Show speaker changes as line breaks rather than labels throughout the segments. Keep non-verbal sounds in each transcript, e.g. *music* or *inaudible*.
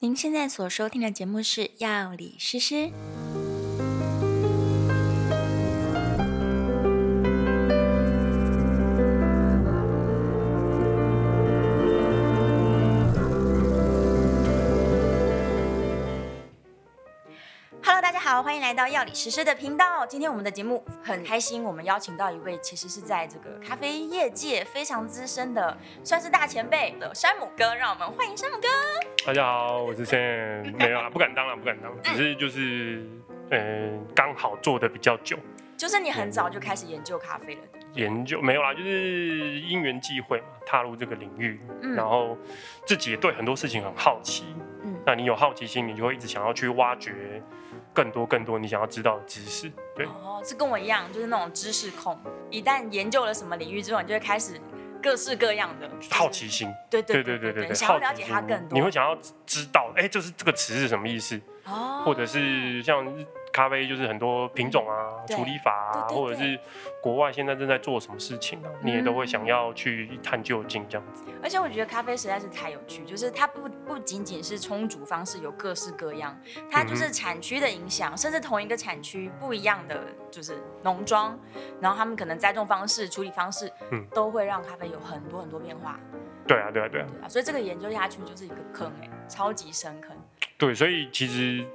您现在所收听的节目是《药理诗诗》。Hello，大家好，欢迎来到药理实施的频道。今天我们的节目很开心，我们邀请到一位其实是在这个咖啡业界非常资深的，算是大前辈的山姆哥，让我们欢迎山姆哥。
大家好，我是 Sam，没有啦，不敢当啦，不敢当，
嗯
只是就是，嗯、刚好做的比较久，
就是你很早就开始研究咖啡了，
研究没有啦，就是因缘际会嘛，踏入这个领域，
嗯
然后自己也对很多事情很好奇，
嗯
那你有好奇心，你就会一直想要去挖掘更多更多你想要知道的知识，对，
哦，是跟我一样，就是那种知识控。一旦研究了什么领域之后，你就会开始各式各样的就是
好奇心，
对
对
对对对
对对对
对，
对，
你想要
好
了
奇
解
心
它更多，
你会想要知道，哎、就是这个词是什么意思，
哦，
或者是像咖啡，就是很多品种啊、
对
处理法啊，
对对对
或者是国外现在正在做什么事情啊，你也都会想
嗯
要去探究竟这样子。
而且我觉得咖啡实在是太有趣，就是它不不仅仅是冲煮方式有各式各样，
嗯
它就是产区的影响，甚至同一个产区不一样的就是农庄，然后他们可能栽种方式、处理方式，
嗯
都会让咖啡有很多很多变化，
对啊，对啊，对啊，
对啊，所以这个研究下去就是一个坑哎、超级深坑。
对，所以其实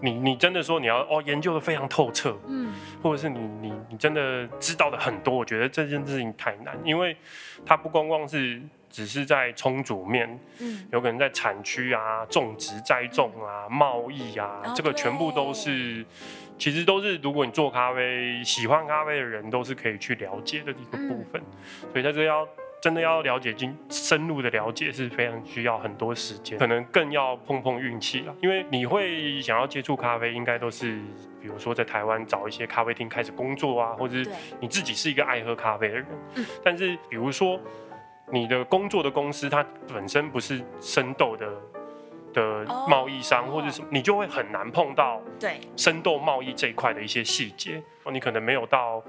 你你真的说你要哦研究的非常透彻，
嗯，
或者是你你你真的知道的很多，我觉得这件事情太难，因为它不光光是只是在冲煮面，
嗯，
有可能在产区啊、种植、栽种啊、贸易啊，
哦
这个全部都是，其实都是如果你做咖啡、喜欢咖啡的人，都是可以去了解的一个部分。
嗯
所以在这要真的要了解进深入的了解是非常需要很多时间，可能更要碰碰运气了，因为你会想要接触咖啡，应该都是。比如说，在台湾找一些咖啡厅开始工作啊，或者是
对，
你自己是一个爱喝咖啡的人，
嗯
但是比如说你的工作的公司它本身不是生豆的的
哦
贸易商或者什么，你就会很难碰到
对，
生豆贸易这一块的一些细节。哦你可能没有到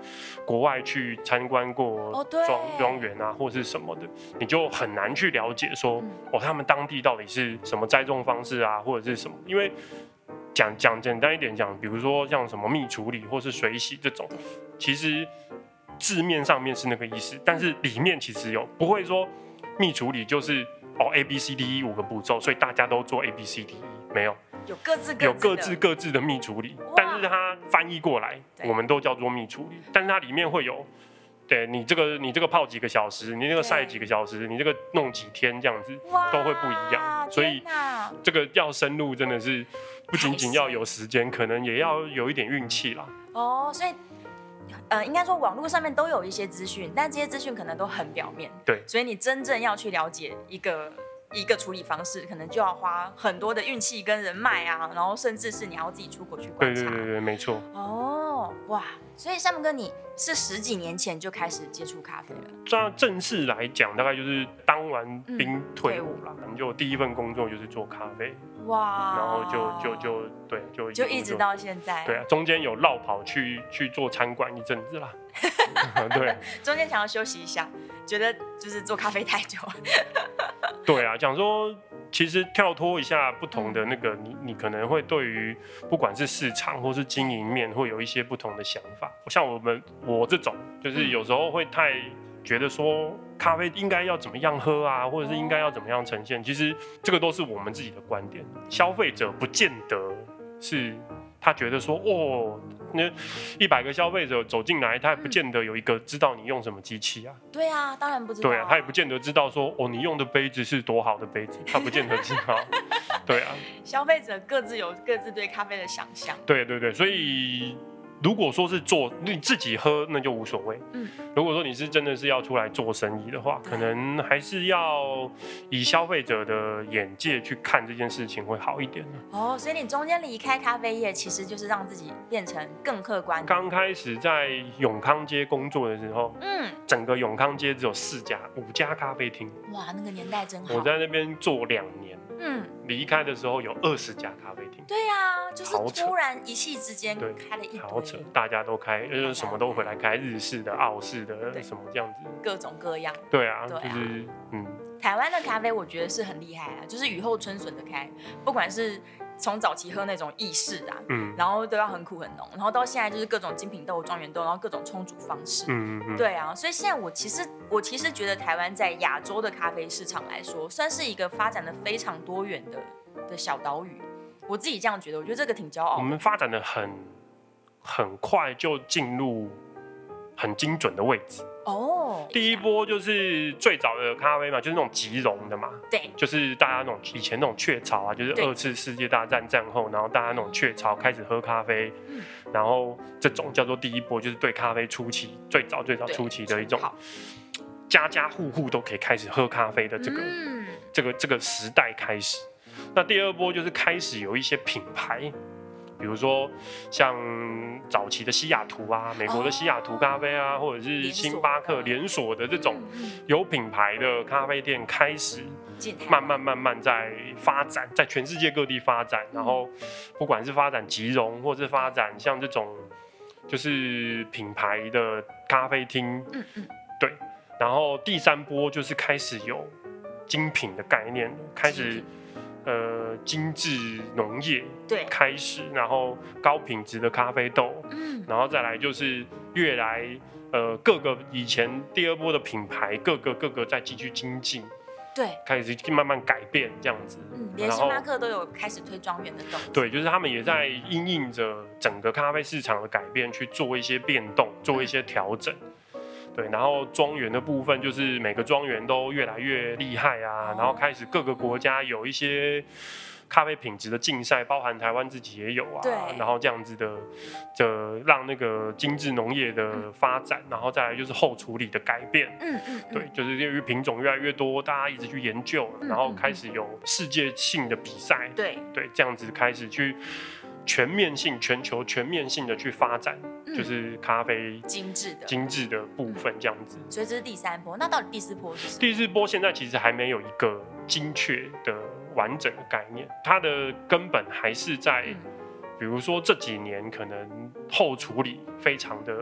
国外去参观过
哦对
庄庄园啊，或是什么的，你就很难去了解说、
嗯
哦，他们当地到底是什么栽种方式啊，或者是什么，因为。讲讲简单一点讲，比如说像什么蜜处理或是水洗这种
对，
其实字面上面是那个意思，但是里面其实有不会说蜜处理就是哦 A B C D E 五个步骤，所以大家都做 A B C D E 没有，
有各自各
有各
的
自各自的蜜处理
哇，
但是它翻译过来
对
我们都叫做蜜处理，但是它里面会有。对你这个，你这个泡几个小时，你那个晒
对
几个小时，你这个弄几天这样子，
哇
都会不一样所以
天哪
这个要深入真的是不仅仅要有时间，可能也要有一点运气啦。
哦，所以呃，应该说网络上面都有一些资讯，但这些资讯可能都很表面。
对
所以你真正要去了解一个一个处理方式，可能就要花很多的运气跟人脉啊，然后甚至是你要自己出国去
对
观
对
察。
对对，没错。
哦，哇！所以山姆哥，你是十几年前就开始接触咖啡了？
这样正式来讲，大概就是当完兵退
嗯退
伍了，然后就第一份工作就是做咖啡，
哇！
然后就就就对，就
就
路
一直到现在。
对啊，中间有绕跑去去做餐馆一阵子啦。对
中间想要休息一下，觉得就是做咖啡太久。
对啊，讲说其实跳脱一下不同的那个，你你可能会对于不管是市场或是经营面，会有一些不同的想法。像我们我这种，就是有时候会太觉得说咖啡应该要怎么样喝啊，或者是应该要怎么样呈现，其实这个都是我们自己的观点，消费者不见得是。他觉得说，哦，那一百个消费者走进来，他也不见得有一个知道你用什么机器啊，
*laughs* 对啊，当然不知道、
对啊，他也不见得知道说哦，你用的杯子是多好的杯子，他不见得知道。 *laughs* 对啊，
消费者各自有各自对咖啡的想象。
对啊对对，所以如果说是做你自己喝，那就无所谓。
嗯，
如果说你是真的是要出来做生意的话，
对
可能还是要以消费者的眼界去看这件事情会好一点。啊
哦，所以你中间离开咖啡业，其实就是让自己变成更客观。
刚开始在永康街工作的时候，
嗯，
整个永康街只有四家、五家咖啡厅，
哇，那个年代真好。
我在那边做两年，
嗯，
离开的时候有二十家咖啡厅。
对呀、就是
好扯
突然一夕之间
对
开了一
好扯
堆，
大家都开，就是什么都回来开，日式的、澳式
嗯对
的，什么这样子。
各种各样。
对啊，
对啊
就是嗯，
台湾的咖啡我觉得是很厉害啊，就是雨后春笋的开，不管是从早期喝那种意式啊，
嗯
然后都要很苦很浓，然后到现在就是各种精品豆、庄园豆，然后各种冲煮方式。
嗯嗯嗯，
对啊，所以现在我其实我其实觉得台湾在亚洲的咖啡市场来说，算是一个发展的非常多元的的小岛屿。我自己这样觉得，我觉得这个挺骄傲
我
的。
们发展的很很快就进入很精准的位置。
哦，
第一波就是最早的咖啡嘛，就是那种即溶的嘛，
对，
就是大家那种以前那种雀巢啊，就是
对
二次世界大战战后，然后大家那种雀巢开始喝咖啡
嗯，
然后这种叫做第一波，就是对咖啡初期最早最早
对
初期的一种
好
家家户户都可以开始喝咖啡的这个
嗯，
这个这个时代开始。那第二波就是开始有一些品牌，比如说像早期的西雅图啊，美国的西雅图咖啡啊，或者是
连锁的
星巴克连锁的这种
嗯
有品牌的咖啡店开始
嗯进台湾
慢慢慢慢在发展，在全世界各地发展，然后不管是发展集融，或是发展像这种就是品牌的咖啡厅，
嗯嗯，
对，然后第三波就是开始有精品的概念了，开
精
始
品
呃精致农业
对，
开始，然后高品质的咖啡豆，
嗯
然后再来就是越来呃各个以前第二波的品牌，各个各个再继续精进，
对，
开始慢慢改变这样子，
嗯，连
然
星
后
巴克都有开始推庄园的东西。
对，就是他们也在因应着整个咖啡市场的改变去做一些变动，做一些调整。对，然后庄园的部分就是每个庄园都越来越厉害啊
哦，
然后开始各个国家有一些咖啡品质的竞赛，包含台湾自己也有啊
对。
然后这样子的，的让那个精致农业的发展，然后再来就是后处理的改变。
嗯嗯，嗯
对，，就是因为品种越来越多，大家一直去研究，
嗯
然后
嗯
开
嗯
始有世界性的比赛，
对，
对，这样子开始去全面性、全球全面性的去发展，
嗯
就是咖啡
精致的。嗯
精致的部分这样子。
所以这是第三波，那到底第四波是什么？
第四波现在其实还没有一个精确的完整的概念，它的根本还是在，
嗯
比如说这几年可能后处理非常的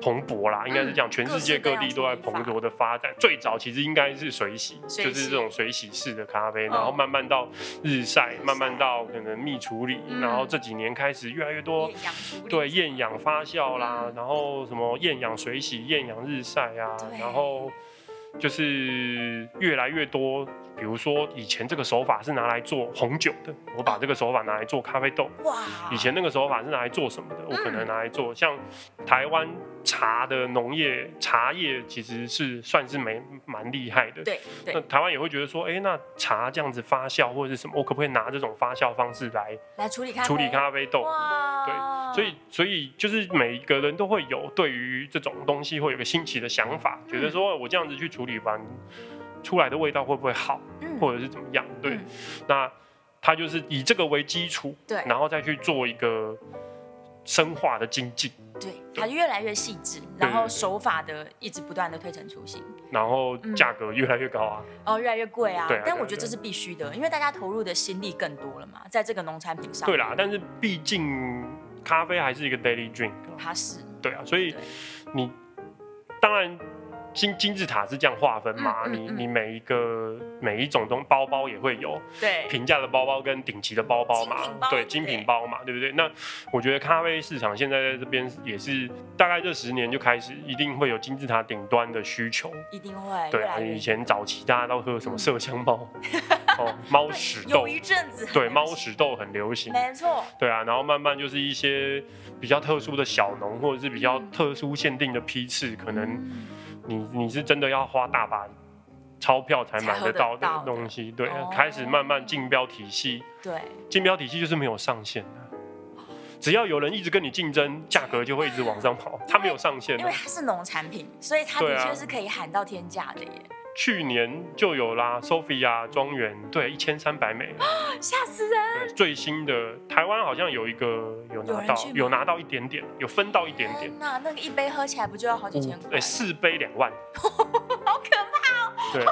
蓬勃
嗯
啦，应该是讲全世界
各
各
式各样
地都
处
在
理
蓬
法
勃的发展。最早其实应该是水洗，
水
就是
洗
这种水洗式的咖啡，
嗯
然后慢慢到日晒
日晒，
慢慢到可能蜜处理，
嗯
然后这几年开始越来越多。
艳阳处理
对厌氧发酵啦
嗯，
然后什么厌氧水洗、厌氧日晒啊
对，
然后就是越来越多，比如说以前这个手法是拿来做红酒的，我把这个手法拿来做咖啡豆，
哇，
以前那个手法是拿来做什么
嗯
的？我可能拿来做像台湾茶的农业茶叶，其实是算是没蛮厉害的。
对
那
对，
台湾也会觉得说，哎、那茶这样子发酵或者是什么，我可不可以拿这种发酵方式来
来处理咖啡，
处理咖啡豆？
哇，
所以，所以就是每一个人都会有对于这种东西会有个新奇的想法，觉得说我这样子去处理完出来的味道会不会好，
嗯
或者是怎么样？对，
嗯
那他就是以这个为基础，
对
然后再去做一个深化的精进，
对，它越来越细致，然后手法的一直不断的推陈出新，
然后
嗯
价格越来越高啊。
哦，越来越贵啊
对啊。
但
对啊
我觉得这是必须的，因为大家投入的心力更多了嘛，在这个农产品上。
对啦，但是毕竟咖啡还是一个 daily drink，啊
它是
对啊，所以
对
你当然。金金字塔是这样划分嘛？
嗯嗯
你
嗯
你每一个每一种东包包也会有，
对
平价的包包跟顶级的包包嘛
精品包，
对，
对
精品包嘛，对不对？那我觉得咖啡市场现在在这边也是大概这十年就开始，一定会有金字塔顶端的需求。
一定会
对
越
啊，
来越
以前早期大家都喝什么麝香猫，
*laughs*
哦，猫屎豆
有，一阵子很
对，
流
猫
行
屎豆很流行。
没错，
对啊，然后慢慢就是一些比较特殊的小农，或者是比较
嗯
特殊限定的批次，可能
嗯
你你是真的要花大把钞票才
才
买
喝
得
得
到的
到的
东西。对
哦，
开始慢慢竞标体系，
对，
竞标体系就是没有上限的，只要有人一直跟你竞争，价格就会一直往上跑，它没有上限
因
的
为。它是农产品，所以它
对
的
啊
确是可以喊到天价的耶，
去年就有啦，Sophia 庄园对一千三百美，
吓死人！
对最新的台湾好像有一个有拿
有人
到
去吗
有拿到一点点，有分到一点点，
天哪，那个一杯喝起来不就要好几千
五
块
哎？四杯两万，
*laughs* 好可怕！哦
对，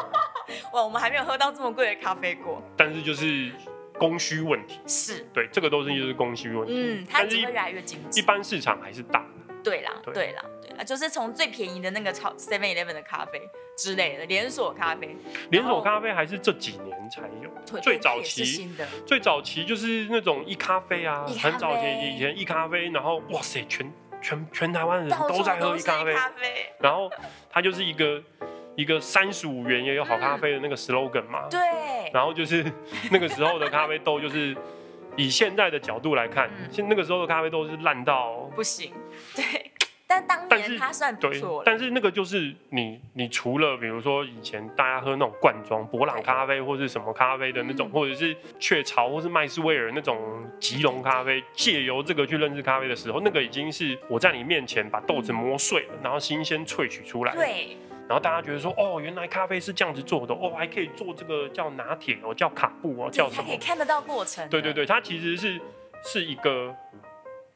哇，我们还没有喝到这么贵的咖啡过。
但是就是供需问题，
是，
对，这个东西就是供需问题，
嗯，它
但
只
是
会
一
越来越精
一
致。
般市场还是大的。
对啦，
对
对啦，对啦，就是从最便宜的那个超 Seven Eleven 的咖啡之类的
嗯
连锁咖啡，
连锁咖啡还是这几年才有，
对
最早
也是
期嗯
新的，
最早期就是那种一咖啡啊，
一咖啡
很早前以前一咖啡，然后哇塞，全全全台湾人
到处
都在喝
是
一咖啡，
咖啡，
然后它就是一个一个三十五元也有好咖啡的那个 slogan 嘛，
对，
然后就是那个时候的咖啡豆就是。以现在的角度来看，
嗯
现那个时候的咖啡豆是烂到
不行，对。但当
但是
年它算不
对
错，了，
但是那个就是你，你除了比如说以前大家喝那种罐装博朗咖啡或是什么咖啡的那种，
嗯
或者是雀巢或是麦斯威尔那种吉隆咖啡，借由这个去认识咖啡的时候，那个已经是我在你面前把豆子磨碎了，然后新鲜萃取出来，，
对，
然后大家觉得说，哦，原来咖啡是这样子做的，哦，还可以做这个叫拿铁哦，叫卡布哦，叫
对，
什
它
么
可以？看得到过程，
对对，对，它其实是是一个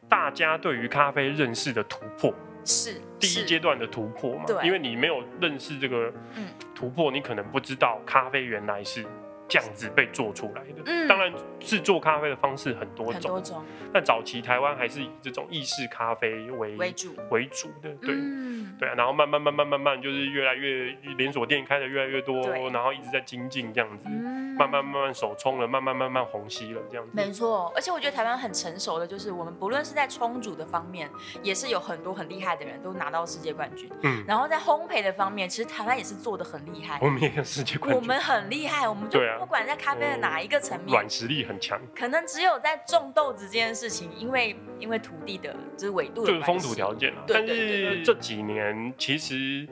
大家对于咖啡认识的突破。
是
第一
是
阶段的突破嘛，
对
因为你没有认识这个
嗯
突破，你可能不知道咖啡原来是这样子被做出来的。
嗯
当然，制作咖啡的方式很多
很
种，
多种
但早期台湾还是以这种意式咖啡为
为主，
为主的，嗯对。
嗯
对啊，然后慢慢慢慢慢慢，就是越来越连锁店开的越来越多
对，
然后一直在精进这样子，
嗯
慢慢慢慢手冲了，慢慢慢慢虹吸了这样子。
没错，而且我觉得台湾很成熟的，就是我们不论是在冲煮的方面，也是有很多很厉害的人都拿到世界冠军。
嗯，
然后在烘焙的方面，其实台湾也是做的很厉害
我，们也有世界冠
我
军，
们很厉害，我们就
对啊
不管在咖啡的哪一个层面
软，实力很强，
可能只有在种豆子这件事情，因为因为土地的就是纬度的
就是风
关
土
系
条件啊。
对
但
对对
是这几年其实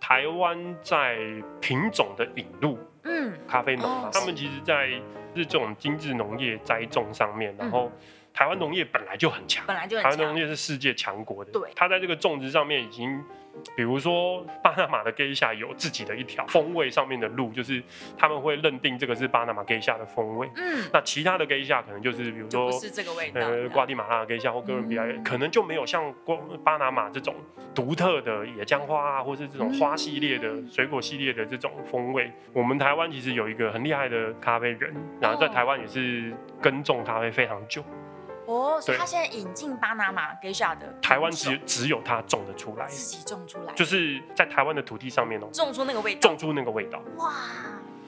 台湾在品种的引入
嗯，
咖啡农啊
哦，
他们其实在是这种精致农业栽种上面，然
嗯
后台湾农业本来就很强，
本来就
台
很
湾农
强，
业是世界强国的，
对
它在这个种植上面已经。比如说，巴拿马的 g e 下有自己的一条风味上面的路，就是他们会认定这个是巴拿马 g e 下的风味。
嗯，
那其他的 g e 下可能就是，比如
就
说
不是这个味道。
呃，瓜地马拉、跟夏或哥伦比亚，
嗯
可能就没有像光巴拿马这种独特的野姜花啊，或是这种花系列的、
嗯
水果系列的这种风味。我们台湾其实有一个很厉害的咖啡人，然后在
哦
台湾也是耕种咖啡非常久，
哦，所以
对
他现在引进巴拿马 g e s h a 的
台湾
品
只
种
只有他种得出来，
自己种出来，
就是在台湾的土地上面哦，
种出那个味道
种，出那个味道，
哇！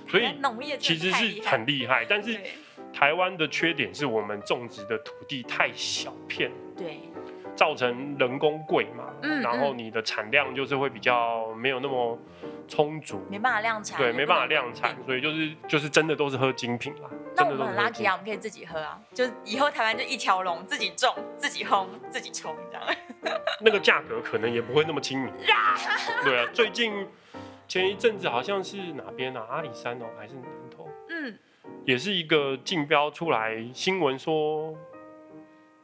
所以
台湾农业
其
真的
实
太
是
厉害
很厉害。但是
对
台湾的缺点是我们种植的土地太小片。
对，
造成人工贵嘛，
嗯
然后你的产量就是会比较没有那么充足，
没办法量产，
对，
也不
没
能
办法量
稳
产
定。，
所以就是就是真的都是喝精品啦，
那
真
我
的都
们
是
很
喝精
lucky 啊，
品。
我们可以自己喝啊，就是以后台湾就一条龙，自己种、自己烘、自己冲这样。
那个价格可能也不会那么亲
*laughs*
民。对啊，最近前一阵子好像是哪边啊，阿里山哦、还是南投，
嗯，
也是一个竞标出来新闻说。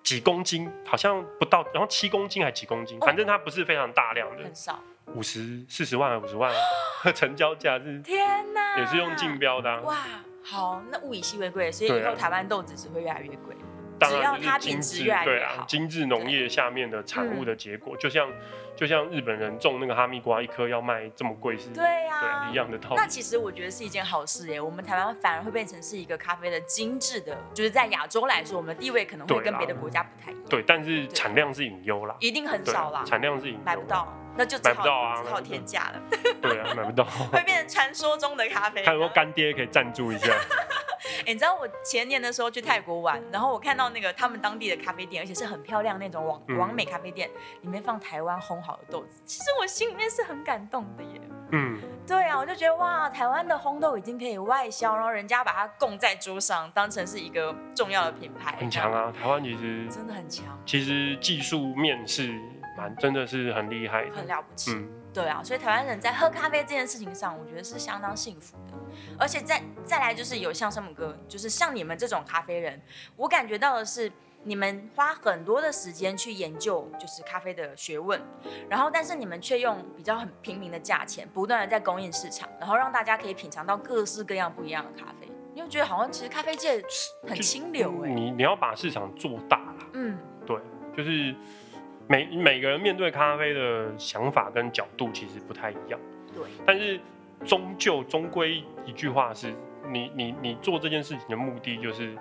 几公斤好像不到，然后七公斤还几公斤，
哦
反正它不是非常大量的，
很少。
五十四十万还五十万啊， *laughs* 成交价是
天哪！
嗯也是用竞标的、啊。
哇，好，那物以稀为贵，所以
对
以
啊
后台湾豆子只会越来越贵。
当然
只要它
就是精
品
致
质越来越
对啊
好，嗯
精致农业下面的产物的结果，就像就像日本人种那个哈密瓜，一颗要卖这么贵是，
对呀、
对啊一样的道理
那。其实我觉得是一件好事耶，我们台湾反而会变成是一个咖啡的精致的，就是在亚洲来说，我们的地位可能会
对
跟
啦
别的国家不太一样，
对，但是产量是隐忧啦，
一定很
对
少
啊，
啦，
产量是隐
买不
忧，
到，那就只
买
好
不到啊
只
买
好
不到
天价了， *laughs*
对啊，买不到。
会变成传说中的咖啡。
*laughs* 看有没有干爹可以赞助一下，
欸你知道我前年的时候去泰国玩，然后我看到那个他们当地的咖啡店，而且是很漂亮那种网
嗯
网美咖啡店，里面放台湾烘好的豆子，其实我心里面是很感动的耶。
嗯，
对啊，我就觉得哇，台湾的烘豆已经可以外销，然后人家把它供在桌上，当成是一个重要的品牌，
很强啊。台湾其实
这样，真的很强，
其实技术面是蛮真的是很厉害
很
的，
了不起。
嗯，
对啊，所以台湾人在喝咖啡这件事情上，我觉得是相当幸福的。而且再再来就是有像山姆哥，就是像你们这种咖啡人，我感觉到的是你们花很多的时间去研究就是咖啡的学问，然后但是你们却用比较很平民的价钱，不断的在供应市场，然后让大家可以品尝到各式各样不一样的咖啡。你会觉得好像其实咖啡界很
就嗯
清流哎、
你你要把市场做大啦。
嗯，
对，就是每每个人面对咖啡的想法跟角度其实不太一样，
对，
但是终究终归一句话是，你你你做这件事情的目的就是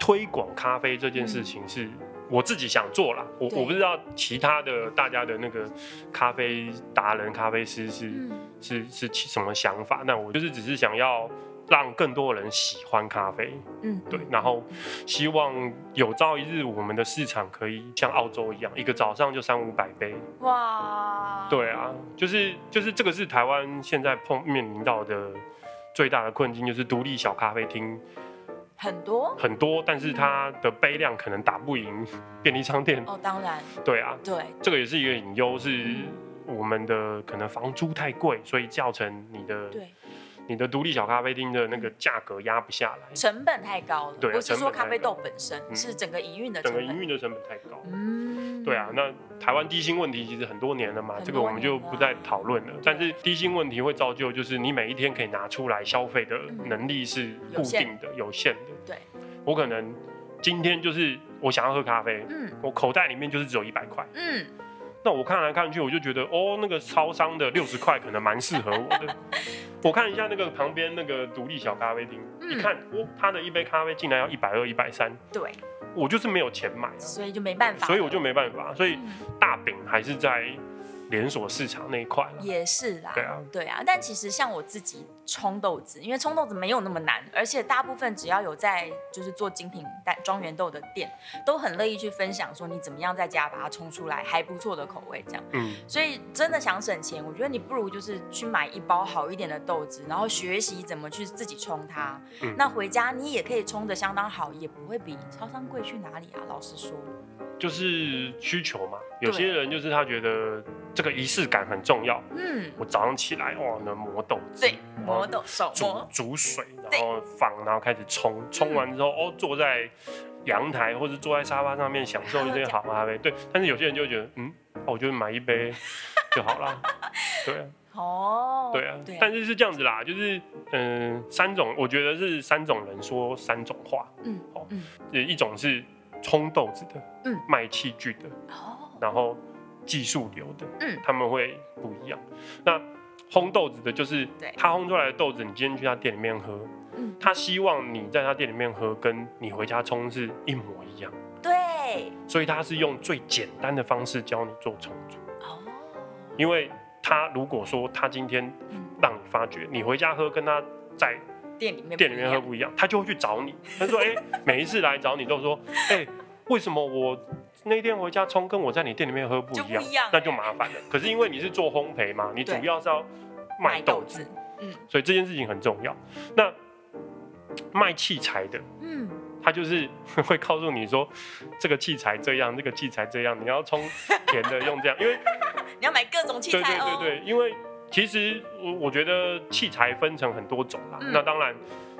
推广咖啡这件事情是。我自己想做啦，我
嗯对
我不知道其他的大家的那个咖啡达人、咖啡师是
嗯，
是是其什么想法。那我就是只是想要让更多人喜欢咖啡，
嗯，
对
嗯，
然后希望有朝一日我们的市场可以像澳洲一样，一个早上就三五百杯。
嗯哇，
对啊，就是就是这个是台湾现在碰面临到的最大的困境，就是独立小咖啡厅
很多
很多，但是它的杯量可能打不赢便利商店。
嗯哦，当然，
对啊，
对，
这个也是一个隐忧，是我们的可能房租太贵，所以造成你的
对，嗯
你的独立小咖啡厅的那个价格压不下来，
成本太高了，
对啊
不是
成
说
本太
咖啡
高
豆本身，
嗯
是整个营运的
整
成
个营
本，
运的成本太高。
嗯，
对啊，，那台湾低薪问题其实很多年了嘛，
很多
这个我们就
年了
不再讨论了。但是低薪问题会造就，就是你每一天可以拿出来消费的
嗯
能力是固
有限
定的、有限的。
对，
我可能今天就是我想要喝咖啡，
嗯
我口袋里面就是只有一百块，
嗯，
那我看来看去，我就觉得哦，那个超商的六十块可能蛮适合我的。我看一下那个旁边那个独立小咖啡厅，
嗯
一看哦，他的一杯咖啡竟然要一百二、一百三，
对，
我就是没有钱买啊。
所以就没办法了，
所以我就没办法。所以
嗯
大饼还是在连锁市场那一块啦
也是啦，
对啊，
但其实像我自己冲豆子，因为冲豆子没有那么难，而且大部分只要有在就是做精品蛋庄园豆的店，都很乐意去分享说你怎么样在家把它冲出来还不错的口味这样。
嗯，
所以真的想省钱，我觉得你不如就是去买一包好一点的豆子，然后学习怎么去自己冲它。
嗯
那回家你也可以冲的相当好，也不会比超商贵去哪里啊。老实说，
就是需求嘛。有
对
些人就是他觉得这个仪式感很重要。
嗯，
我早上起来哦，能磨豆子，
对，磨豆手
煮
磨，
煮水，
对嗯
然后放，然后开始冲，冲完之后哦，坐在阳台或者坐在沙发上面享受一些好咖啡。对，但是有些人就会觉得，嗯，哦我就买一杯就好啦。对啊，
哦，
对啊
对，啊，
但是是这样子啦，就是嗯、呃三种，我觉得是三种人说三种话，
嗯
哦
嗯
呃一种是冲豆子的，
嗯，
卖器具的，
哦。
然后技术流的，
嗯
他们会不一样。那烘豆子的，就是
对
他烘出来的豆子，你今天去他店里面喝，
嗯
他希望你在他店里面喝，跟你回家冲是一模一样，
对，
所以他是用最简单的方式教你做冲煮，
哦，
因为他如果说他今天
嗯，
让你发觉，你回家喝跟他在
店里面
店里面喝不一样，他就会去找你。他 *laughs* 说：“哎、每一次来找你都说，哎、为什么我那天回家冲跟我在你店里面喝不一
就
样？
不一样
那就麻烦了。可是因为你是做烘焙嘛，你主
对
要是要卖
买
豆
豆
子，
子，嗯
所以这件事情很重要。那卖器材的，
嗯，
他就是会告诉你说，这个器材这样，这个器材这样，你要冲甜的用这 *laughs* 样，因为
你要买各种器
对
材
对
哦，
对对，因为其实我我觉得器材分成很多种啦。
嗯
那当然，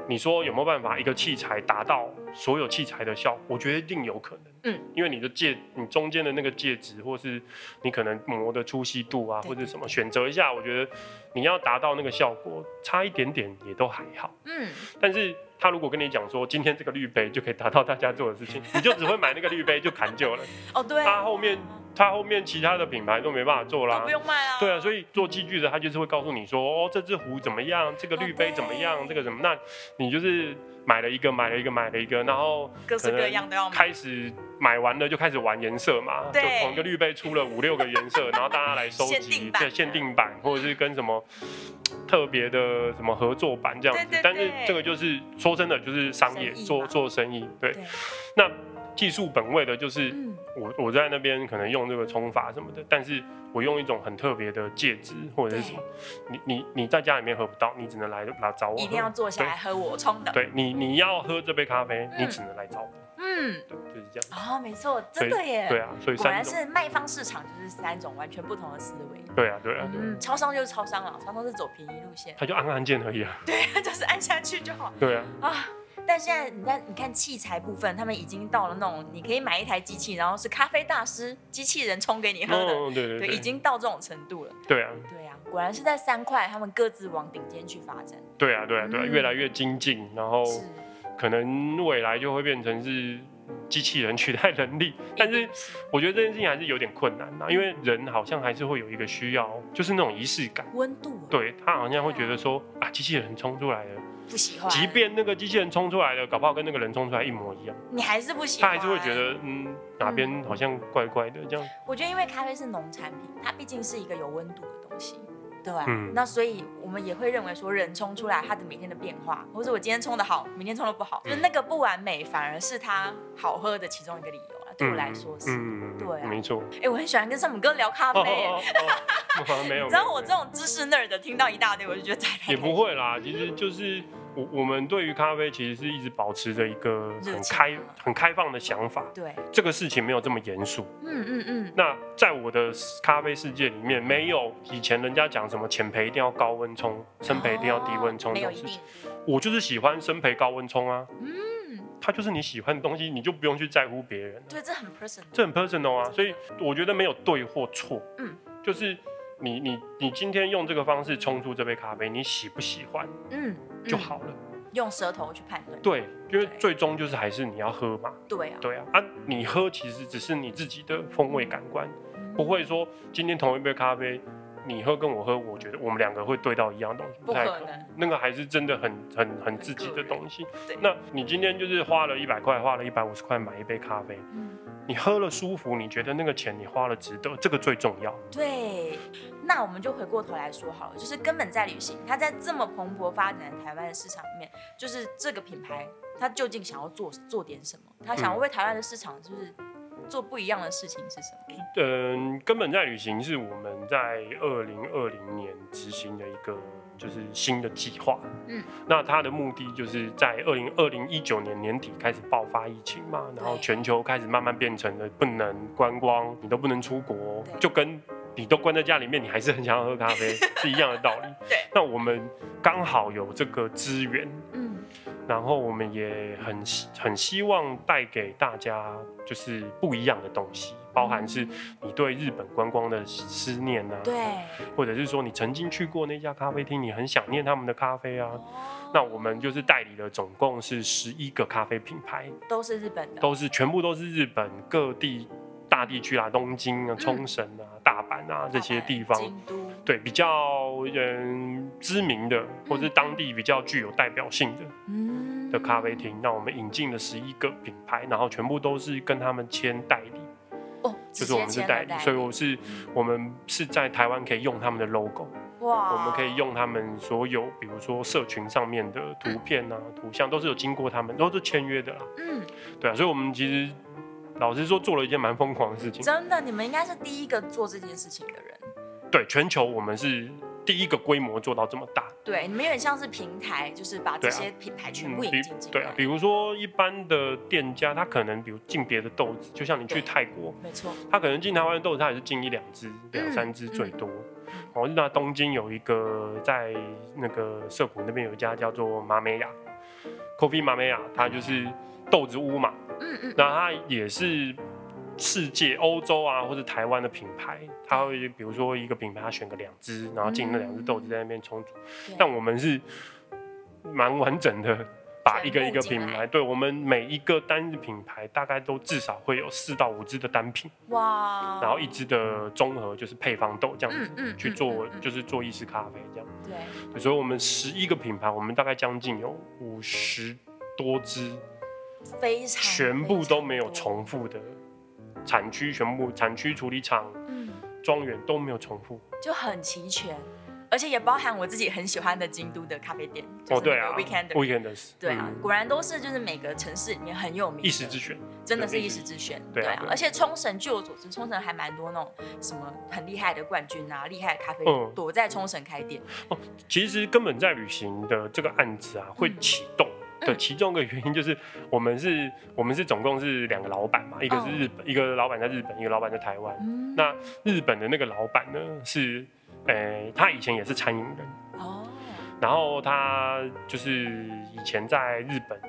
你说有没有办法一个器材达到所有器材的效果？我觉得一定有可能。
嗯，
因为你的介你中间的那个介质，或是你可能膜的粗细度啊，
对
或者什么选择一下，我觉得你要达到那个效果，差一点点也都还好。
嗯，
但是他如果跟你讲说，今天这个绿杯就可以达到大家做的事情，你就只会买那个绿杯就砍旧了，
哦对，
他后面他后面其他的品牌都没办法做啦
哦都不。用卖啦，
对啊，所以做器具的他就是会告诉你说，哦，这只壶怎么样，这个绿杯怎么样，
哦对
这个怎么，那你就是买了一个，买了一个，买了一个，然后
各式各样都要买，
开始买完了就开始玩颜色嘛，就
对
同一个绿杯出了五六个颜
*laughs*
色，然后大家来收
限
集，
定版
对，限定版或者是跟什么特别的什么合作版这样子
对对对。
但是这个就是说真的，就是商业
生意嘛
做做生意，对。
对，
那技术本位的就是
嗯
我我在那边可能用这个冲法什么的，但是我用一种很特别的介质或者是什么，你你你在家里面喝不到，你只能来来找我喝，
一定要坐下来喝我冲的，
对你你要喝这杯咖啡，你
嗯
只能来找我，
嗯，
对，就是这样。
哦没错，真的耶，
对啊，所以
果
三
然
种。
是卖方市场就是三种完全不同的思维。
对啊，对啊，对啊，
嗯，超商就是超商了，超商是走便宜路线， *laughs*
他就按按键而已啊。
对，就是按下去就好。
对啊，
啊！但现在你看，你看器材部分，他们已经到了那种你可以买一台机器，然后是咖啡大师机器人冲给你喝的，
嗯，对对
对，已经到这种程度了。
对啊，
对啊，果然是在三块，他们各自往顶尖去发展。
对啊，对啊，对啊，
嗯
越来越精进，然后
是，
可能未来就会变成是机器人取代人力，但
一
是
定
我觉得这件事情还是有点困难啊啦，因为人好像还是会有一个需要，就是那种仪式感。
温度啊
对他好像会觉得说啊，机器人冲出来了，
不喜欢，
即便那个机器人冲出来了，搞不好跟那个人冲出来一模一样，
你还是不喜
他
欢，
还是会觉。得嗯哪边好像怪怪的这样。
我觉得因为咖啡是农产品，它毕竟是一个有温度的东西，对啊，
嗯
那所以我们也会认为说，人冲出来他的每天的变化，或者我今天冲的好，
嗯
明天冲的不好，就那个不完美反而是他好喝的其中一个理由啊。对我来说是，
嗯嗯嗯
对啊
没错。
哎、我很喜欢跟山姆哥聊咖啡、
哦哦哦哦没有，
然后
没有
我这种知识那儿的听到一大堆，我就觉得太
也不会啦，其实就是我我们对于咖啡其实是一直保持着一个
热
很
情
开
啊
很开放的想法，
对，
这个事情没有这么严肃。
嗯嗯嗯，
那在我的咖啡世界里面，没有以前人家讲什么浅焙一定要高温冲，深焙一定要低温冲
哦没
这
有
种
一
事情，
定，
我就是喜欢深焙高温冲啊，
嗯，
它就是你喜欢的东西，你就不用去在乎别人啊、
对，这很 personal，
这很 personal 啊，所以我觉得没有对或错，
嗯，
就是你你你今天用这个方式冲出这杯咖啡，你喜不喜欢
嗯，嗯
就，好了。
用舌头去判断，
对，因为
对
最终就是还是你要喝嘛，
对啊，
对啊，啊，你喝其实只是你自己的风味感官，
嗯
不会说今天同一杯咖啡，你喝跟我喝，我觉得我们两个会对到一样东西，
不
太
可
可能。
能，
那个还是真的很很很自己的东西
对。
那你今天就是花了一百块，花了一百五十块买一杯咖啡，
嗯。
你喝了舒服，你觉得那个钱你花了值得，这个最重要。
对，那我们就回过头来说好了，就是根本在旅行，它在这么蓬勃发展的台湾的市场里面，就是这个品牌它究竟想要做做点什么？它
嗯
想要为台湾的市场就是做不一样的事情是什么？
嗯，根本在旅行是我们在二零二零年执行的一个就是新的计划。
嗯，
那它的目的就是在二零二零一九年年底开始爆发疫情嘛，然后
对
全球开始慢慢变成了不能观光，你都不能出国
对，
就跟你都关在家里面，你还是很想要喝咖
*laughs*
啡是一样的道理。
对，
那我们刚好有这个资源，
嗯，
然后我们也很希很希望带给大家就是不一样的东西，包含是你对日本观光的思念啊，，
对，
或者是说你曾经去过那家咖啡厅，你很想念他们的咖啡啊。
哦
那我们就是代理了，总共是十一个咖啡品牌，
都是日本的，
都是全部都是日本各地大地区啊，东京啊、冲绳啊、大阪啊这些地方
大阪京都，
对比较嗯知名的，或是当地比较具有代表性的，
嗯
的咖啡厅，那我们引进了十一个品牌，然后全部都是跟他们签代理，
哦，直
就是我
接
们是
签
代
了
理，所以我是我们是在台湾可以用他们的 logo，
哇，
我们可以用他们所有，比如说社群上面的图片啊、图像，都是有经过他们，都是签约的啦，
嗯，
对啊，所以我们其实老实说做了一件蛮疯狂的事情，
真的，你们应该是第一个做这件事情的人。
对，全球我们是第一个规模做到这么大，
对，你们有点像是平台，就是把这
对啊
些品牌全
嗯
部
比
引进进来。
对啊，比如说一般的店家，他可能比如进别的豆子，就像你去
对
泰国。
没错，
他可能进台湾的豆子，他也是进一两只、两三只最多。我是那东京有一个在那个涩谷那边有一家叫做马美雅 Coffee 马美雅，它就是豆子屋嘛，
嗯嗯，
那它也是。世界、欧洲啊，或者台湾的品牌，它会比如说一个品牌，它选个两只，然后进那两只豆子在那边冲煮。
对
但我们是蛮完整的，把一个一个
全部进
品
来
牌，对我们每一个单日品牌大概都至少会有四到五支的单品。
哇，
然后一支的综合就是配方豆这样子、
嗯嗯
去
嗯
做
嗯，嗯
就是做意式咖啡这样。
对，
对所以我们十一个品牌，我们大概将近有五十多支，
非常
全部都没有，
非
重复的产区，全部产区处理厂、
常多嗯，
庄园都没有重复。
就很齐全，而且也包含我自己很喜欢的京都的咖啡店，就是、
哦，对啊
Weekend。
，Weekenders，
对啊，
嗯
果然都是就是每个城市里面很有名的，
一时之选，
真的
对
是
一
一
时
时之选，
对啊对啊
而且冲绳据我所知，冲绳还蛮多那种什么很厉害的冠军啊，厉害的咖啡
嗯
躲在冲绳开店，
其实根本在旅行的这个案子啊，
嗯
会启动的其中一个原因就是，我们是我们是总共是两个老板嘛，一
哦
个是日本，一个老板在日本，一个老板在台湾。
嗯，
那日本的那个老板呢是，呃，他以前也是餐饮人，
哦，
然后他就是以前在日本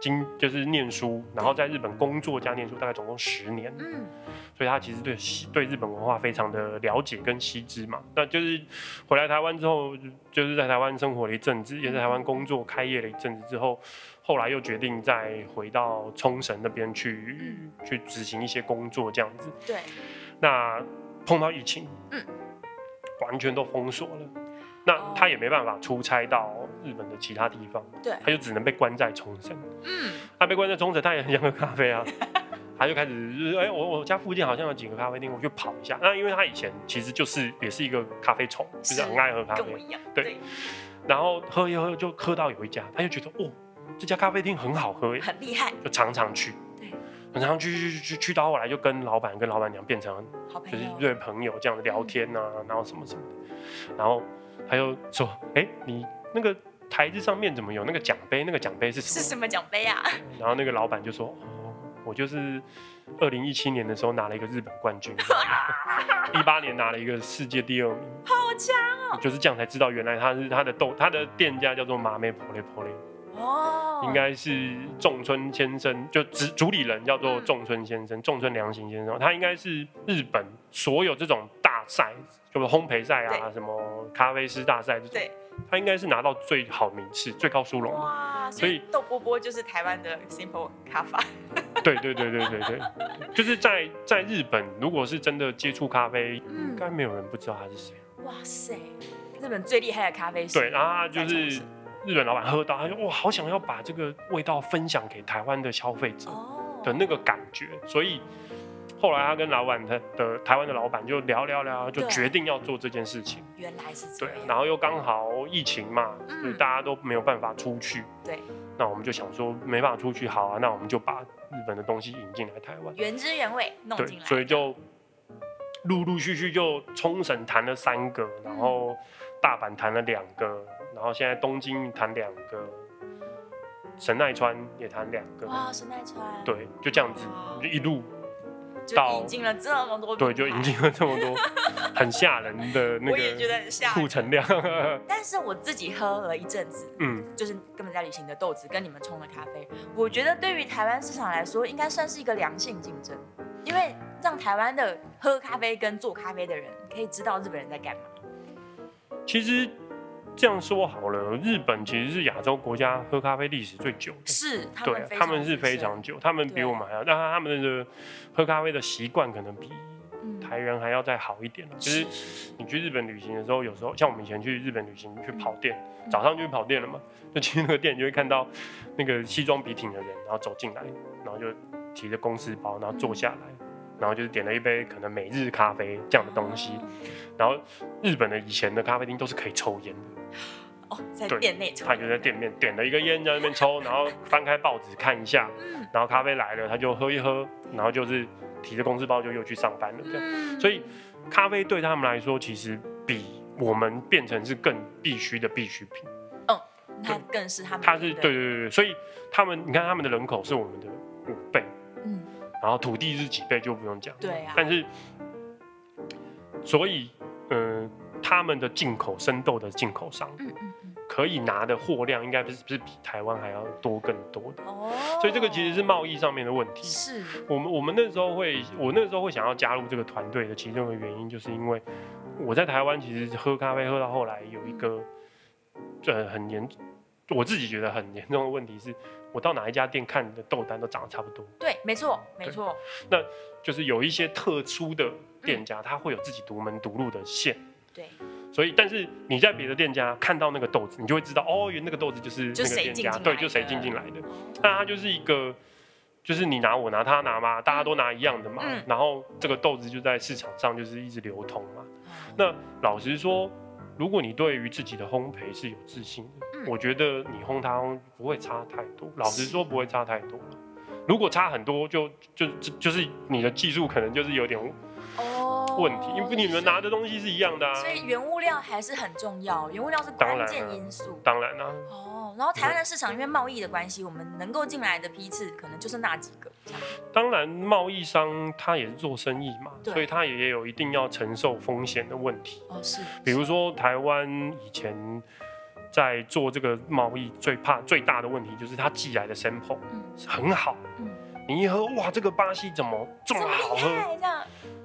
经就是念书，然后在日本工作加念书，大概总共十年。
嗯，
所以他其实对西对日本文化非常的了解跟悉知嘛。那就是回来台湾之后，就是在台湾生活了一阵子，也在台湾工作开业了一阵子之后，后来又决定再回到冲绳那边去去执行一些工作这样子。
对，
那碰到疫情，
嗯，
完全都封锁了，那
哦
他也没办法出差到日本的其他地方，
对
他就只能被关在冲绳。
嗯， *laughs*
他被关在冲绳，他也很想喝咖啡啊。他就开始就是哎、我我家附近好像有几个咖啡厅，我去跑一下。那因为他以前其实就是也是一个咖啡虫，就是很爱喝咖啡
跟我，一样，
对然后喝一喝就喝到有一家，他就觉得哦，这家咖啡厅很好
*laughs*
喝耶，
很厉害，
就常常去
对，
很常去去去去去到后来就跟老板跟老板娘变成
好
就
朋
是
友，
对朋友这样聊天啊，
嗯
然后什么什么的，然后他又说，哎、你那个台子上面怎么有那个奖杯？那个奖杯是什
是
么？
什么奖杯啊？
然后那个老板就说，哦，我就是二零一七年的时候拿了一个日本
*laughs*
冠军，一八年拿了一个世界第二名，
好强
就是这样才知道原来他是他的豆，他的店家叫做麻妹婆雷婆雷，
哦！
应该是仲村先生，就主主理人叫
嗯
做仲村先生，仲村良行先生，他应该是日本所有这种大赛，就是烘焙赛啊，
对
什么咖啡师大赛这种
对，哦
他应该是拿到最好名次、最高殊荣的。
哇，所
所以
以豆波波就是台湾的 Simple 卡法，
*laughs* 对对对对对对，就是在在日本，如果是真的接触咖啡，应
嗯，
该没有人不知道他是谁。
哇塞，日本最厉害的咖啡师，
对，然后他就
在冲
是
绳
日本老板喝到，他就哇，好想要把这个味道分享给台湾的消费者。
哦，
的那个感觉，所以后来他跟老板他的台湾的老板就聊聊聊，就
对
决定要做这件事情。
原来是这
对啊
样，，
然后又刚好疫情嘛，
嗯
所以大家都没有办法出去。
对，
那我们就想说没办法出去，好啊，那我们就把日本的东西引进来台湾。
原汁原味弄
对
进，来，
所以就陆陆续续就冲绳谈了三个，然
嗯
后大阪谈了两个，然后现在东京谈两个，神奈川也谈两个。
哇，神奈川，，
对，就这样子
哦
就一路
就
到
引进了这么多，
*laughs* 对，就引，进了这么多很吓人的那
我也觉
个
得很吓人
库存量。
但是我自己喝了一阵子，
嗯，
就是根本在旅行的豆子跟你们冲的咖啡，我觉得对于台湾市场来说，应该算是一个良性竞争，因为让台湾的喝咖啡跟做咖啡的人可以知道日本人在干嘛。
其实这样说好了，日本其实是亚洲国家喝咖啡历史最久的。
是，他
对
们，非常
他们是非常久，他们比
对
我们还要，但他们的喝咖啡的习惯可能比
嗯
台人还要再好一点。啊就是是你去日本旅行的时候，有时候像我们以前去日本旅行去跑店，
嗯
早上就去跑店了嘛， *laughs* 就去那个店你就会看到那个西装笔挺的人，然后走进来，然后就提着公司包，然后坐下来，然后就是点了一杯可能每日咖啡这样的东西。然后日本的以前的咖啡厅都是可以抽烟的，
哦，在
对
店内抽，
他就在店面点了一个烟在那边抽，然后翻开报纸看一下，
嗯
然后咖啡来了他就喝一喝，然后就是提着公司包就又去上班了这样。
嗯
所以咖啡对他们来说，其实比我们变成是更必须的必需品。
那更是他们，
它是对对，对对，所以他们你看他们的人口是我们的五倍，
嗯，
然后土地是几倍就不用讲。
对啊
但是所以呃，他们的进口生豆的进口商
嗯嗯嗯，
可以拿的货量，应该不是不是比台湾还要多更多的。
哦，
所以这个其实是贸易上面的问题。
是
我们我们那时候会，我那时候会想要加入这个团队的其中一个原因，就是因为我在台湾其实喝咖啡喝到后来有一个，呃，很严，我自己觉得很严重的问题是，我到哪一家店看的豆单都长得差不多，
对，没错没错，
就是有一些特殊的店家，他会有自己独门独路的线。
嗯对，
所以，但是你在别的店家看到那个豆子，你就会知道，哦，原来那个豆子就是
就
那个
谁
店
进
家，
进
对，
来
就谁
的哦
进进来的。那它就是一个，就是你拿我拿他拿嘛，大家都拿一样的嘛，
嗯
然后这个豆子就在市场上就是一直流通嘛。
哦
那老实说，如果你对于自己的烘焙是有自信的，
嗯
我觉得你烘它烘不会差太多。老实
是
说，不会差太多。如果差很多，就就就就是你的技术可能就是有点
哦
问题，因为你们拿的东西是一样的啊。
所以原物料还是很重要，原物料是
当然
关
啊
键因素。
当然啦、啊
哦，然后台湾的市场因为贸易的关系，我们能够进来的批次可能就是那几个这样。
当然贸易商他也是做生意嘛，
对
所以他也有一定要承受风险的问题。
哦，是，
比如说台湾以前在做这个贸易，最怕最大的问题就是他寄来的 sample
嗯，
是很好，
嗯
你一喝哇，这个巴西怎么这
这
么
么
好
厉
喝？
害这样，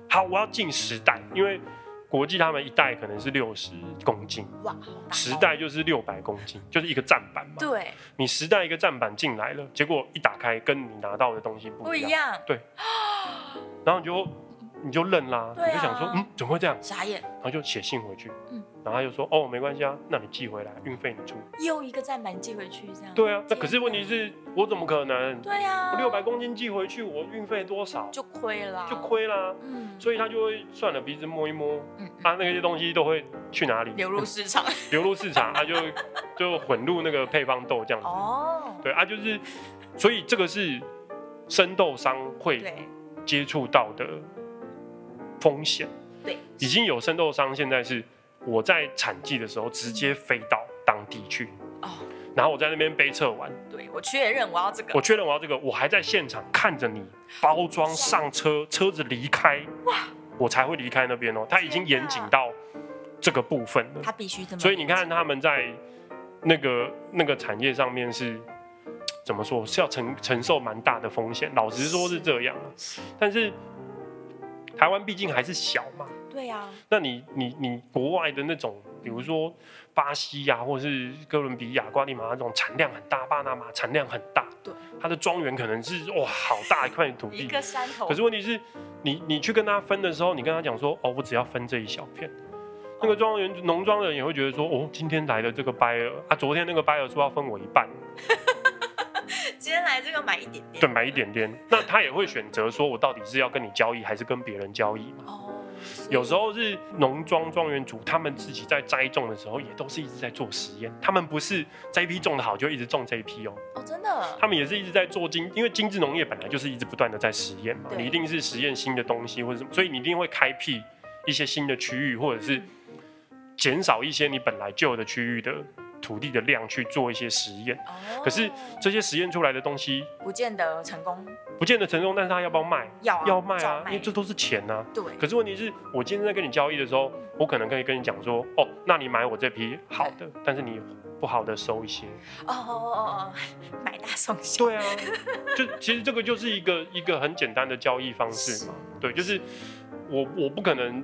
好，我要进十袋，因为国际他们一袋可能是六十公斤，
哇，好大包
十袋就是六百公斤，就是一个站板嘛。
对，
你十袋一个站板进来了，结果一打开跟你拿到的东西不
不
一
一
样，
样，
然后你就你就愣啦，
对啊
你就想说，嗯，怎么会这样？
傻眼，
然后就写信回去，
嗯
然后他就说，哦，没关系啊，那你寄回来，运费你出。
又一个再把你寄回去这样。
对啊，那
天
可是问题是我怎么可能？
对啊，
我六百公斤寄回去，我运费多少
就亏了，
就，亏啦。
嗯，
所以他就会算了鼻子摸一摸，
嗯
啊，那些东西都会去哪里？
流入市场
流入
*laughs*
市场，啊，就就混入那个配方豆这样子。
哦，
对啊，就是，所以这个是生豆商会
对
接触到的风险。
对，
已经有生豆商现在是我在产季的时候直接飞到当地去，
哦，
然后我在那边背测完，
对我确认我要这个
我，确认我要这个，我还在现场看着你包装上车，车子离开，哇，我才会离开那边哦。他已经
天哪
严谨到这个部分了，
他必须这么，
所以你看，他们在那个那个产业上面是怎么说，是要承承受蛮大的风险。老实说是这样啊，但是台湾毕竟还是小嘛，
对啊，
那你你你国外的那种，比如说巴西呀、或是哥伦比亚、瓜地马拉这种产量很大，巴拿马产量很大，
对，
它的庄园可能是哇好大一块土
一
地，
个山头，
可是问题是你你去跟他分的时候，你跟他讲说哦，我只要分这一小片。那个庄园农庄的人也会觉得说，哦，今天来的这个 buyer 啊，昨天那个 buyer 说要分我一半，
今天来这个买一点点，
对，买一点点。那他也会选择说我到底是要跟你交易，还是跟别人交易嘛？
哦，
有时候是农庄庄园主他们自己在栽种的时候，也都是一直在做实验。他们不是这一批种的好就一直种这一批哦，
哦，真的，
他们也是一直在做精，因为精致农业本来就是一直不断的在实验嘛，
对
你一定是实验新的东西或者什么，所以你一定会开辟一些新的区域，或者是减少一些你本来旧的区域的土地的量去做一些实验。
哦，
可是这些实验出来的东西
不见得成功，
不见得成功，但是他要不要卖？
要啊
要卖
照
啊，因为这都是钱啊。
对，
可是问题是我今天在跟你交易的时候，我可能可以跟你讲说，哦，那你买我这批好的，但是你不好的收一些。
哦哦哦哦哦，买大送小，
对啊，就其实这个就是一个一个很简单的交易方式嘛。对，就是我我不可能，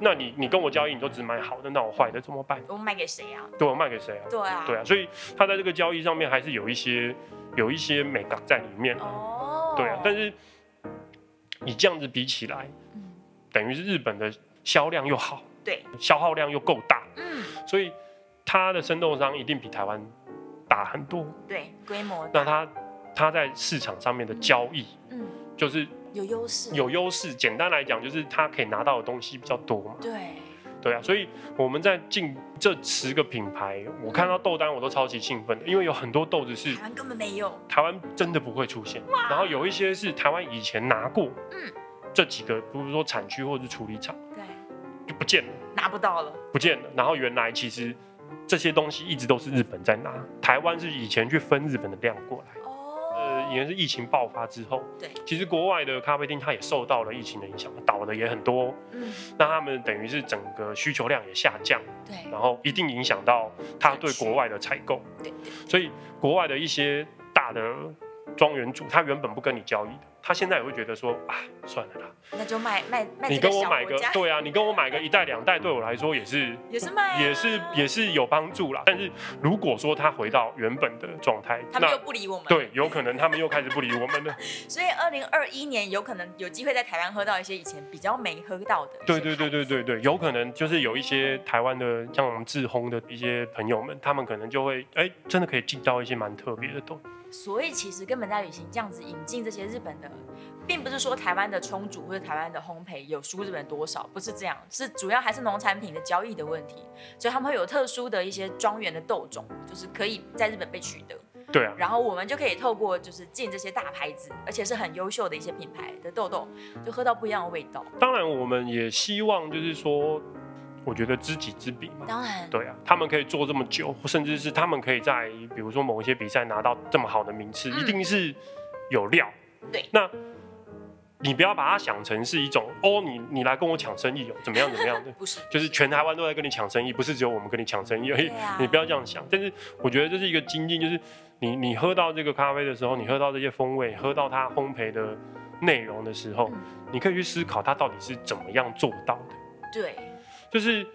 那你你跟我交易，你都只买好的，那我坏的怎么办？
我卖给谁啊？
对我卖给谁啊？
对啊，
对啊，所以他在这个交易上面还是有一些有一些美感在里面啊。
哦，
对啊，但是你这样子比起来，
嗯，
等于是日本的销量又好，
对，
消耗量又够大，
嗯，
所以它的生豆商一定比台湾大很多。
对，规模大，
那它它在市场上面的交易，
嗯，
就是
有优势，
有优势。简单来讲，就是它可以拿到的东西比较多嘛。
对，
对啊，所以我们在进这十个品牌，我看到豆单我都超级兴奋的，因为有很多豆子是
台湾根本没有，
台湾真的不会出现，然后有一些是台湾以前拿过，
嗯
这几个比如说产区或者是处理厂
对，
就不见了，
拿不到了，
不见了。然后原来其实这些东西一直都是日本在拿，台湾是以前去分日本的量过来。呃，也
哦，
是疫情爆发之后，
对，
其实国外的咖啡厅它也受到了疫情的影响，倒的也很多，
嗯，
那他们等于是整个需求量也下降，
对，
然后一定影响到它对国外的采购，
对
所以国外的一些大的庄园主，他原本不跟你交易的，他现在也会觉得说，哎，算了啦，
那就卖卖卖
你
这
跟
个
我
小
买
国
个
家，，
对啊，你跟我买个一袋两袋，对我来说也是。
也是卖啊，
也是也是有帮助啦，但是如果说他回到原本的状态，
*laughs* 他们又不理我们，，
对，有可能他们又开始不理我们
*laughs*
了。
所以二零二一年有可能有机会在台湾喝到一些以前比较没喝到的，
对对对对，对对，有可能就是有一些台湾的像我们志烘的一些朋友们，他们可能就会哎、真的可以进到一些蛮特别的东西。
所以其实根本在旅行这样子引进这些日本的，并不是说台湾的冲煮或者台湾的烘焙有输日本多少，不是这样，是主要还是农产品的交易的问题，所以他们会有特殊的一些庄园的豆种，就是可以在日本被取得，
对啊，
然后我们就可以透过就是进这些大牌子，而且是很优秀的一些品牌的豆豆，就喝到不一样的味道。
当然我们也希望就是说，我觉得知己知彼嘛。
当然，
对啊，他们可以做这么久，甚至是他们可以在比如说某一些比赛拿到这么好的名次，
嗯
一定是有料。
对，
那你不要把它想成是一种哦，你你来跟我抢生意哦，怎么样怎么样的。 *laughs*
不是
就是全台湾都在跟你抢生意，不是只有我们跟你抢生意而已。
对啊
你不要这样想。但是我觉得这是一个精进，就是你你喝到这个咖啡的时候，你喝到这些风味，喝到它烘焙的内容的时候，
嗯
你可以去思考它到底是怎么样做到的。
对，
就是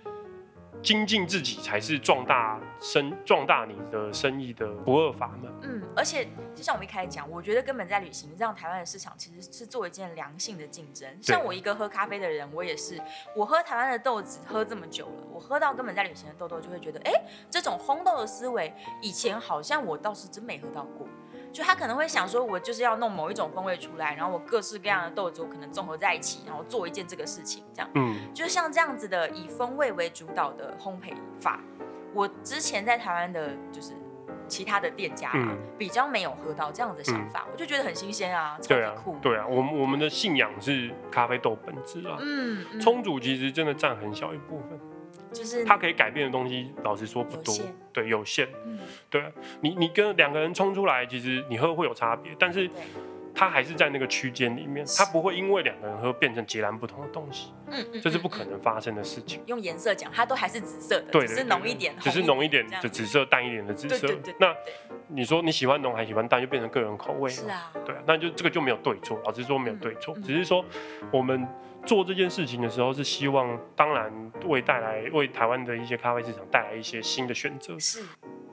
精进自己才是壮大生壮大你的生意的不二法门。
嗯，而且就像我们一开始讲，我觉得根本在旅行让台湾的市场其实是做一件良性的竞争。像我一个喝咖啡的人，我也是，我喝台湾的豆子喝这么久了，我喝到根本在旅行的豆豆就会觉得，哎，这种烘豆的思维，以前好像我倒是真没喝到过。就他可能会想说，我就是要弄某一种风味出来，然后我各式各样的豆子，我可能综合在一起，然后做一件这个事情，这样。
嗯，
就是像这样子的以风味为主导的烘焙法，我之前在台湾的就是其他的店家、啊
嗯
比较没有喝到这样的想法，我就觉得很新鲜啊，超
对
级
啊
酷，。
对啊，我们我们的信仰是咖啡豆本质啊。
嗯，嗯
冲煮其实真的占很小一部分，
就是
它可以改变的东西，老实说不多
嗯有限，
对，有限。
嗯，
对啊，你你跟两个人冲出来，其实你喝会有差别，但是
对，
它还是在那个区间里面，它不会因为两个人喝变成截然不同的东西，
嗯嗯，
这是
嗯
不可。
嗯
能发生的事情。
用颜色讲，它都还是紫色的，
对的，
只是
对
浓
的
一点，
只是
红
浓一点
这样
的紫色，淡一点的紫
对
色
对对。
那
对
你说你喜欢浓还喜欢淡，就变成个人口味
是
了。
啊，
对啊，那就这个就没有对错，老实说没有对错
嗯，嗯
只是说我们做这件事情的时候是希望，当然为带来为台湾的一些咖啡市场带来一些新的选择，
是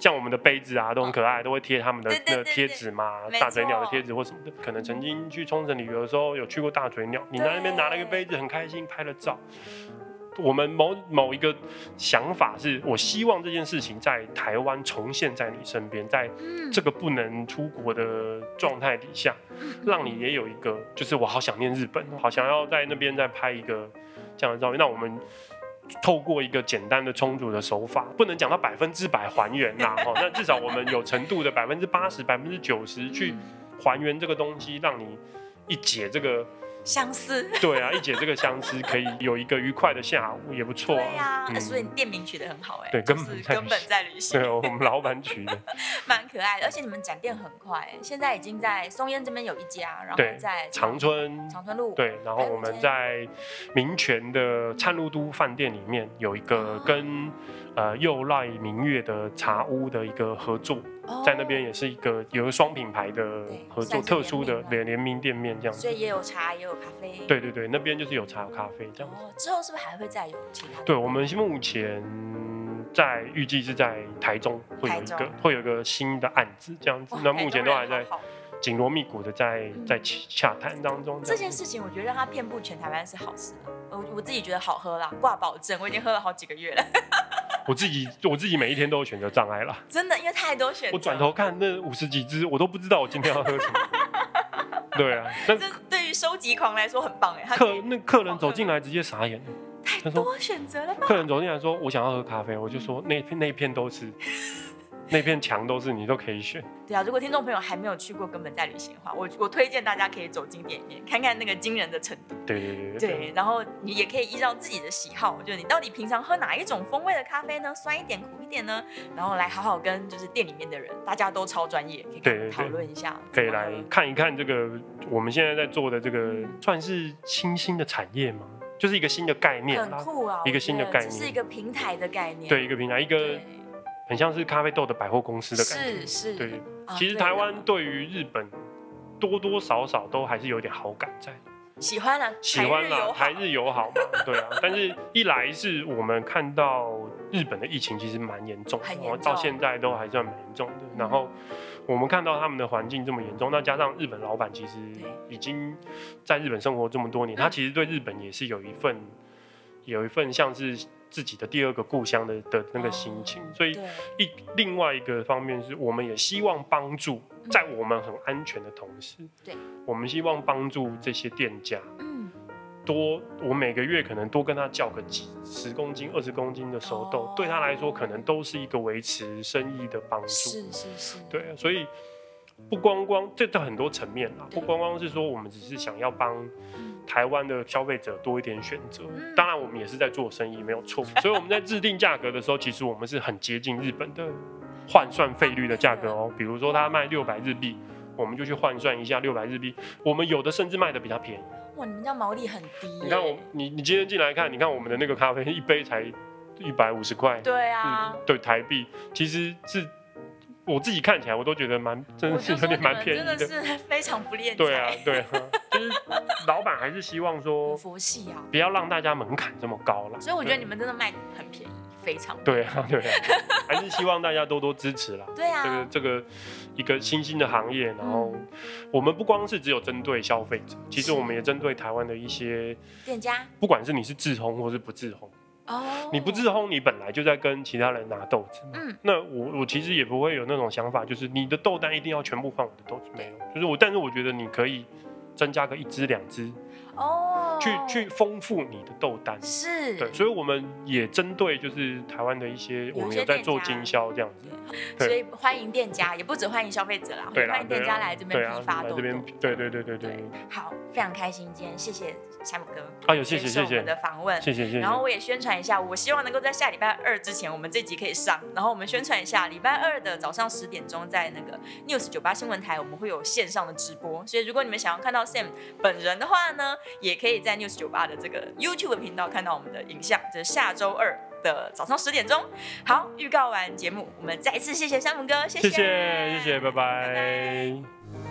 像我们的杯子啊，都很可爱，都会贴他们的
对对
那个
对
贴
对
纸嘛
没，
大嘴鸟的
错
贴纸或什么的。可能曾经去冲绳旅游的时候，有去过大嘴鸟，你在那边拿了一个杯子，很开心，拍了照。我们某某一个想法是，我希望这件事情在台湾重现在你身边，在
嗯
这个不能出国的状态底下，让你也有一个，就是我好想念日本哦，好想要在那边再拍一个这样的照片。那我们透过一个简单的充足的手法，不能讲到百分之百还原啦，哦，那至少我们有程度的百分之八十、百分之九十去还原这个东西，让你一解这个，
相似，
对啊，一解这个相思，可以有一个愉快的下午，也不错
对呀，
嗯
呃所以你店名取得很好哎，
对
就
根本
是
在旅
根本
行
在旅行
对，，哦我们老板取的，
蛮可爱的，而且你们展店很快欸，现在已经在松烟这边有一家，然后
对
在
长春
长春路，
嗯对，然后
哎
我们在民权的灿露都饭店里面有一个
哦
跟呃又赖明月的茶屋的一个合作，
哦
在那边，也是一个有个双品牌的
对
合作，
算是
特殊
联
的
名嘛
联联名店面这样
所
子。
以也有茶，也有咖啡，，
对对对，那边就是有茶有咖啡这样子。
哦，之后是不是还会再有啊其他的？
对，我们目前在预计是在台中会有一
台
个
中
会有一个新的案子这样子
哇，
那目前都还
感
在
动人好好
紧锣密鼓的在
嗯
在洽谈当中。
这件事情，我觉得让它遍布全台湾是好事啊，我我自己觉得好喝啦，挂保证，我已经喝了好几个月了， *laughs*
我自己我自己每一天都有选择障碍啦。
真的，因为太多选择，
我转头看那五十几支，我都不知道我今天要喝什
*laughs*
么。对啊，那
这对于收集狂来说很棒哎，
*laughs*
它可
客
以
那客人走进来直接傻眼，
太
他说
多选择了吧？
客人走进来说我想要喝咖啡，我就说那片那片都是，那片墙都是，你都可以选。
对啊，如果听众朋友还没有去过根本在旅行的话，我我推荐大家可以走进店里面看看那个惊人的程度。
对对对对
对，然后你也可以依照自己的喜好，就是你到底平常喝哪一种风味的咖啡呢？酸一点、苦一点呢？然后来好好跟就是店里面的人，大家都超专业，可以
对
跟
对
讨
对
论一下。
可以
怎么
来
喝嗯
看一看这个我们现在在做的这个算是新兴的产业嘛，就是一个新的概念
很
啦，
酷啊！
一
我觉
个新的
得
概
这是
念
一个平台的概念。
对一个平台，一个
对，
很像是咖啡豆的百货公司的感觉。
是是。
对，
啊
其实
对
台
啦
湾对于日本多多少少都还是有点好感在。
喜欢啊，
喜欢啦，台
台日友好
日友好嘛，对啊。但是，一来是我们看到日本的疫情其实蛮严重的，
很严
然后
重
到现在都还算蛮严重的。然后我们看到他们的环境这么严重，那加上日本老板其实
对嗯
已经在日本生活这么多年，他其实对日本也是有一份有一份像是自己的第二个故乡的的那个心情，所以。
哦对，
一另外一个方面是，我们也希望帮助，
嗯
在我们很安全的同时，
对，
我们希望帮助这些店家，
嗯，
多，我每个月可能多跟他叫个几十公斤、二十公斤的熟豆，
哦
对他来说可能都是一个维持生意的帮助。
是是是，
对，啊所以不光光这这很多层面啦，
对
不光光是说我们只是想要帮
嗯，
台湾的消费者多一点选择，
嗯
当然我们也是在做生意，没有
*laughs*
错。所以我们在制定价格的时候，其实我们是很接近日本的换算费率的价格哦。比如说他卖六百日币，我们就去换算一下六百日币，我们有的甚至卖的比他便宜。
哇，你们家毛利很低耶。
你看我，你你今天进来看，你看我们的那个咖啡一杯才一百五十块，
对啊
嗯，对台币，其实是我自己看起来我都觉得蛮，嗯真
我
的是
就
有
说
点
你
蛮
们
便
真
宜
的
的。
是 *laughs* 非常不练
对啊
财，
对啊，就是老板还是希望
很
说
佛系啊。
不要让大家门槛这么高了。
所以我觉得
对
你们真的卖很便宜，非常多。
对啊，对啊，还是希望大家多多支持啦。
*laughs* 对啊，嗯
这个这个一个新兴的行业，然后我们不光是只有针对消费者，其实我们也针对台湾的一些，
店家
不管是你是自烘或是不自烘，
哦，
你不自烘，你本来就在跟其他人拿豆子嘛。
嗯
那我我其实也不会有那种想法，就是你的豆单一定要全部换我的豆子，没有。就是我，但是我觉得你可以增加个一只两只，
哦，
去去丰富你的豆单。
是，
对，所以我们也针对就是台湾的一些，我
有一
们
些
有在做
店家
经销这样子。对
所以欢迎店家，也不只欢迎消费者啦，
对啦
欢迎店
对啦
家来这
对
边
啊
批，发
来
豆
这边
豆。，
对对对对对，
对，好，非常开心，今天谢谢夏姆哥
啊，有谢谢
接受
谢
我们
谢
的访问。
谢谢谢谢
然，后我也宣传一下，我希望能够在下礼拜二之前，我们这集可以上。然后我们宣传一下，礼拜二的早上十点钟，在那个 News 九八新闻台，我们会有线上的直播。所以如果你们想要看到 Sam 本人的话呢，也可以在 News 九八的这个 YouTube 频道看到我们的影像。这、是下周二的早上十点钟。好，预告完节目，我们再次谢谢山姆哥，谢
谢谢谢谢，拜
拜
拜